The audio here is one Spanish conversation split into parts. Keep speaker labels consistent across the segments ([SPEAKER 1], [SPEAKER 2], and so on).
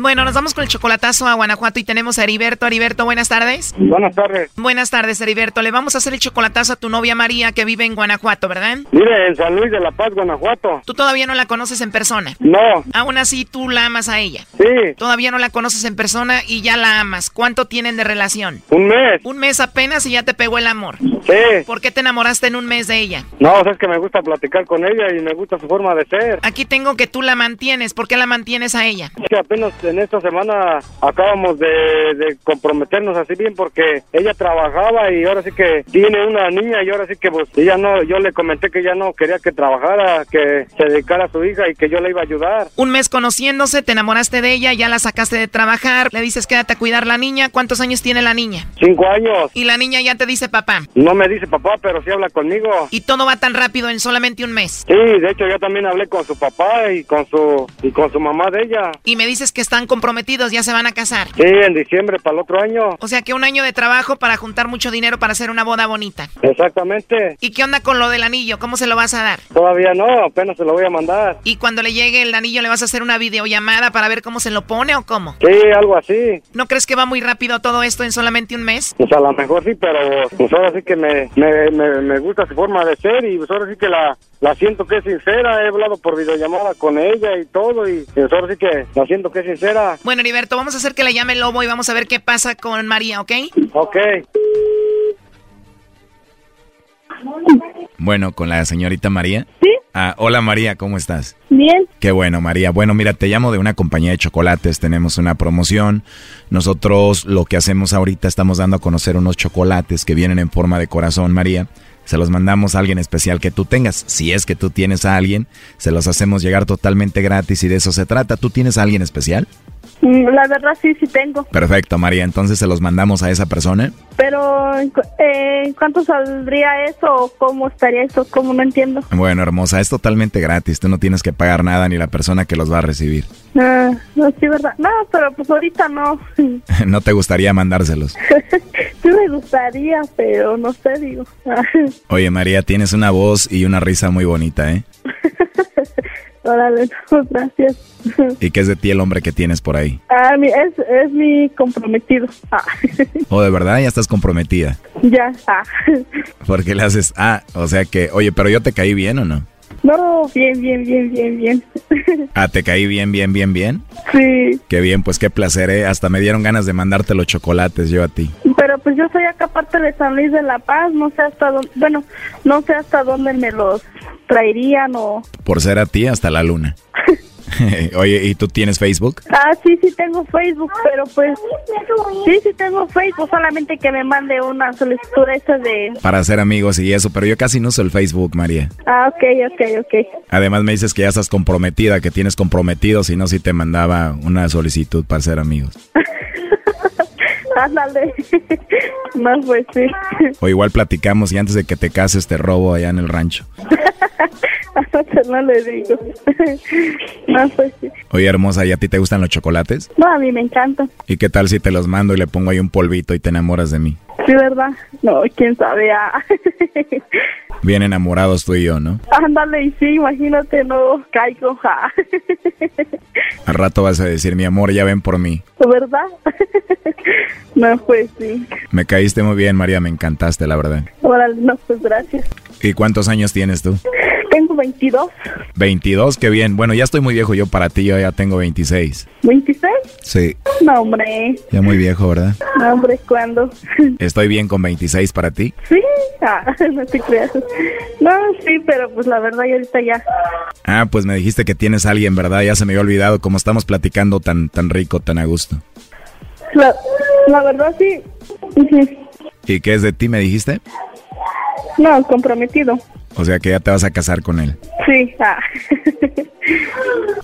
[SPEAKER 1] Bueno, nos vamos con el chocolatazo a Guanajuato y tenemos a Heriberto. Heriberto, buenas tardes.
[SPEAKER 2] Buenas tardes.
[SPEAKER 1] Buenas tardes, Heriberto. Le vamos a hacer el chocolatazo a tu novia María que vive en Guanajuato, ¿verdad?
[SPEAKER 2] Mire, en San Luis de la Paz, Guanajuato.
[SPEAKER 1] Tú todavía no la conoces en persona.
[SPEAKER 2] No,
[SPEAKER 1] Aún así, tú la amas a ella.
[SPEAKER 2] sí,
[SPEAKER 1] Todavía no la conoces en persona y ya la amas. ¿Cuánto tienen de relación?
[SPEAKER 2] un mes.
[SPEAKER 1] Un mes apenas y ya te pegó el amor.
[SPEAKER 2] Sí.
[SPEAKER 1] ¿Por qué te enamoraste en un mes de ella?
[SPEAKER 2] No, es que me gusta platicar con ella y me gusta su forma de ser.
[SPEAKER 1] Aquí tengo que tú la mantienes. ¿Por qué la mantienes a ella?
[SPEAKER 2] Es que apenas en esta semana acabamos de, de comprometernos así bien porque ella trabajaba y ahora sí que tiene una niña y ahora sí que pues ella no, yo le comenté que ya no quería que trabajara, que se dedicara a su hija y que yo le iba a ayudar.
[SPEAKER 1] Un mes conociéndose, te enamoraste de ella, ya la sacaste de trabajar, le dices quédate a cuidar la niña. ¿Cuántos años tiene la niña?
[SPEAKER 2] Cinco años.
[SPEAKER 1] Y la niña ya te dice papá.
[SPEAKER 2] No me dice papá, pero sí habla conmigo.
[SPEAKER 1] Y todo va tan rápido en solamente un mes.
[SPEAKER 2] Sí, de hecho yo también hablé con su papá y con su y con su mamá de ella.
[SPEAKER 1] Y me dices que están comprometidos, ya se van a casar.
[SPEAKER 2] Sí, en diciembre para el otro año.
[SPEAKER 1] O sea que un año de trabajo para juntar mucho dinero para hacer una boda bonita.
[SPEAKER 2] Exactamente.
[SPEAKER 1] ¿Y qué onda con lo del anillo? ¿Cómo se lo vas a dar?
[SPEAKER 2] Todavía no, apenas se lo voy a mandar.
[SPEAKER 1] ¿Y cuando le llegue el anillo le vas a hacer una videollamada para ver cómo se lo pone o cómo?
[SPEAKER 2] Sí, algo así.
[SPEAKER 1] ¿No crees que va muy rápido todo esto en solamente un mes?
[SPEAKER 2] Pues a lo mejor sí, pero pues ahora sí que me, me, me, me gusta su forma de ser y pues ahora sí que la, la siento que es sincera. He hablado por videollamada con ella y todo y pues ahora sí que la siento que es sincera.
[SPEAKER 1] Bueno, Heriberto, vamos a hacer que le llame el lobo y vamos a ver qué pasa con María, ¿ok?
[SPEAKER 2] Ok.
[SPEAKER 3] Bueno, con la señorita María.
[SPEAKER 4] Sí.
[SPEAKER 3] Ah, hola María, ¿cómo estás?
[SPEAKER 4] Bien,
[SPEAKER 3] Qué bueno, María. Bueno, mira, te llamo de una compañía de chocolates, tenemos una promoción. Nosotros lo que hacemos ahorita estamos dando a conocer unos chocolates que vienen en forma de corazón, María. Se los mandamos a alguien especial que tú tengas. Si es que tú tienes a alguien, se los hacemos llegar totalmente gratis y de eso se trata. ¿Tú tienes a alguien especial?
[SPEAKER 4] Mm, la verdad sí, sí tengo.
[SPEAKER 3] Perfecto, María. Entonces se los mandamos a esa persona.
[SPEAKER 4] Pero, ¿en cu- eh, ¿en ¿cuánto saldría eso o cómo estaría eso? ¿Cómo no entiendo?
[SPEAKER 3] Bueno, hermosa, es totalmente gratis. Tú no tienes que pagar nada ni la persona que los va a recibir.
[SPEAKER 4] Ah, no, sí, verdad. No, pero pues ahorita no. Sí
[SPEAKER 3] ¿No te gustaría mandárselos?
[SPEAKER 4] me gustaría, pero no sé, digo.
[SPEAKER 3] Oye, María, tienes una voz y una risa muy bonita, ¿eh?
[SPEAKER 4] Órale, no, gracias.
[SPEAKER 3] ¿Y qué es de ti el hombre que tienes por ahí?
[SPEAKER 4] Ah, mi, es, es mi comprometido. Ah,
[SPEAKER 3] ¿O Oh, de verdad ya estás comprometida?
[SPEAKER 4] ya. Ah.
[SPEAKER 3] Porque le haces, ah, o sea que, oye, pero yo te caí bien o no?
[SPEAKER 4] No, bien, bien, bien, bien, bien.
[SPEAKER 3] Ah, te caí bien, bien, bien, bien.
[SPEAKER 4] sí,
[SPEAKER 3] Qué bien, pues qué placer, ¿eh? Hasta me dieron ganas de mandarte los chocolates yo a ti.
[SPEAKER 4] pero pues yo soy acá parte de San Luis de la Paz, no sé hasta dónde, bueno, no sé hasta dónde me los traerían o...
[SPEAKER 3] Por ser a ti hasta la luna. oye, ¿y tú tienes Facebook?
[SPEAKER 4] Ah, sí, sí tengo Facebook, pero pues... Sí, sí tengo Facebook, solamente que me mande una solicitud esa de...
[SPEAKER 3] Para ser amigos y eso, pero yo casi no uso el Facebook, María.
[SPEAKER 4] Ah, ok, ok, ok.
[SPEAKER 3] Además me dices que ya estás comprometida, que tienes comprometido, si no, si te mandaba una solicitud para ser amigos.
[SPEAKER 4] Ándale. no, pues sí.
[SPEAKER 3] O igual platicamos y antes de que te cases te robo allá en el rancho.
[SPEAKER 4] no le digo. no, pues sí.
[SPEAKER 5] Oye, hermosa, ¿y a ti te gustan los chocolates?
[SPEAKER 4] No, a mí me encanta.
[SPEAKER 5] ¿Y qué tal si te los mando y le pongo ahí un polvito y te enamoras de mí?
[SPEAKER 4] Sí, ¿verdad? No, quién sabe. ah.
[SPEAKER 5] Bien enamorados tú y yo, ¿no?
[SPEAKER 4] Ándale, y sí, imagínate, no caigo. ah.
[SPEAKER 5] Al rato vas a decir, mi amor, ya ven por mí.
[SPEAKER 4] ¿Verdad? no, pues sí.
[SPEAKER 5] Me caíste muy bien, María, me encantaste, la verdad.
[SPEAKER 4] Órale, no, pues gracias.
[SPEAKER 5] ¿Y cuántos años tienes tú?
[SPEAKER 4] Tengo 22.
[SPEAKER 5] 22, qué bien. Bueno, ya estoy muy viejo yo para ti, yo ya tengo 26.
[SPEAKER 4] ¿26?
[SPEAKER 5] Sí,
[SPEAKER 4] No, hombre.
[SPEAKER 5] ya muy viejo, ¿verdad?
[SPEAKER 4] No, hombre, ¿cuándo?
[SPEAKER 5] Estoy bien con 26 para ti.
[SPEAKER 4] Sí, ah, no te creas. No, sí, pero pues la verdad, yo ahorita ya.
[SPEAKER 5] Ah, pues me dijiste que tienes a alguien, ¿verdad? Ya se me había olvidado cómo estamos platicando tan, tan rico, tan a gusto.
[SPEAKER 4] La, la verdad, sí. Ujú.
[SPEAKER 5] ¿Y qué es de ti, me dijiste?
[SPEAKER 4] No, comprometido.
[SPEAKER 5] O sea que ya te vas a casar con él.
[SPEAKER 4] Sí, ah.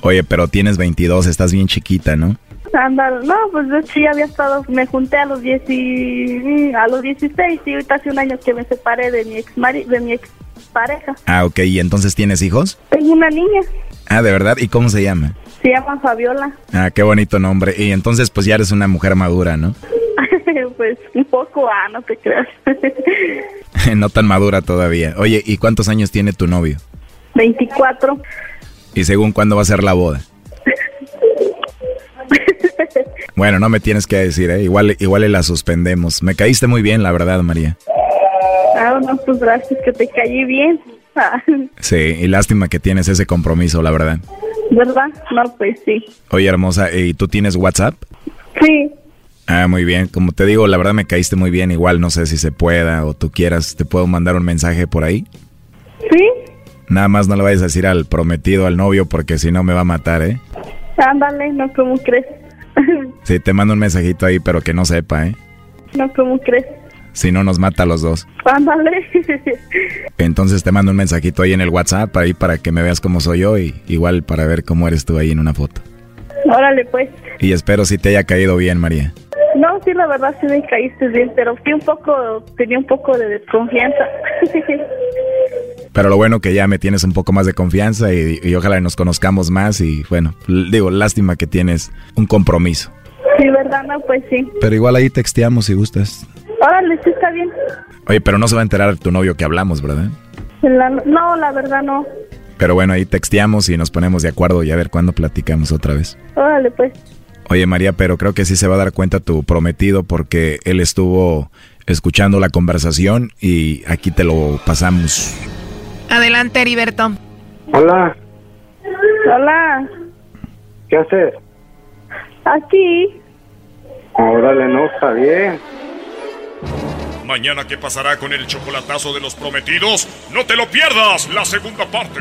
[SPEAKER 5] Oye, pero tienes 22, estás bien chiquita, ¿no?
[SPEAKER 4] Ándale, no, pues yo sí había estado, me junté a los 10 y- a los 16 y ahorita hace un año que me separé de mi ex mari- de mi ex pareja.
[SPEAKER 5] Ah, ok, ¿y entonces tienes hijos?
[SPEAKER 4] Tengo una niña,
[SPEAKER 5] Ah, ¿de verdad? ¿Y cómo se llama?
[SPEAKER 4] se llama Fabiola.
[SPEAKER 5] Ah, qué bonito nombre. Y entonces pues ya eres una mujer madura, ¿no?
[SPEAKER 4] pues un poco, ah, no te creas.
[SPEAKER 5] no tan madura todavía. Oye, ¿y cuántos años tiene tu novio?
[SPEAKER 4] 24.
[SPEAKER 5] ¿Y según cuándo va a ser la boda? Bueno, no me tienes que decir, ¿eh? Igual, igual y la suspendemos. Me caíste muy bien, la verdad, María.
[SPEAKER 4] Ah, no, pues gracias que te caí bien. Ah,
[SPEAKER 5] Sí, y lástima que tienes ese compromiso, la verdad.
[SPEAKER 4] ¿Verdad? No, pues sí.
[SPEAKER 5] Oye, hermosa, ¿y tú tienes WhatsApp?
[SPEAKER 4] Sí,
[SPEAKER 5] Ah, muy bien. Como te digo, la verdad me caíste muy bien. Igual no sé si se pueda o tú quieras. Te puedo mandar un mensaje por ahí.
[SPEAKER 4] sí.
[SPEAKER 5] Nada más no le vayas a decir al prometido, al novio, porque si no me va a matar, ¿eh?
[SPEAKER 4] Ándale, no, ¿cómo crees?
[SPEAKER 5] Sí, te mando un mensajito ahí, pero que no sepa, ¿eh?
[SPEAKER 4] no, ¿cómo crees?
[SPEAKER 5] Si no, nos mata a los dos.
[SPEAKER 4] Ándale.
[SPEAKER 5] Entonces te mando un mensajito ahí en el WhatsApp, ahí para que me veas cómo soy yo y igual para ver cómo eres tú ahí en una foto.
[SPEAKER 4] Órale, pues.
[SPEAKER 5] Y espero si te haya caído bien, María.
[SPEAKER 4] No, sí, la verdad sí me caíste bien, pero fui un poco, tenía un poco de desconfianza.
[SPEAKER 5] Pero lo bueno que ya me tienes un poco más de confianza y, y ojalá nos conozcamos más y bueno, l- digo, lástima que tienes un compromiso.
[SPEAKER 4] sí, ¿verdad? No, pues sí.
[SPEAKER 5] Pero igual ahí texteamos si gustas.
[SPEAKER 4] Órale, sí está bien.
[SPEAKER 5] Oye, pero no se va a enterar tu novio que hablamos, ¿verdad?
[SPEAKER 4] La- no, la verdad no.
[SPEAKER 5] Pero bueno, ahí texteamos y nos ponemos de acuerdo y a ver cuándo platicamos otra vez.
[SPEAKER 4] Órale, pues.
[SPEAKER 5] Oye María, pero creo que sí se va a dar cuenta tu prometido porque él estuvo escuchando la conversación y aquí te lo pasamos.
[SPEAKER 1] Adelante, Heriberto.
[SPEAKER 2] Hola,
[SPEAKER 4] Hola.
[SPEAKER 2] ¿qué haces?
[SPEAKER 4] Aquí.
[SPEAKER 2] Órale, no, está bien.
[SPEAKER 6] Mañana qué pasará con el chocolatazo de los prometidos, no te lo pierdas la segunda parte.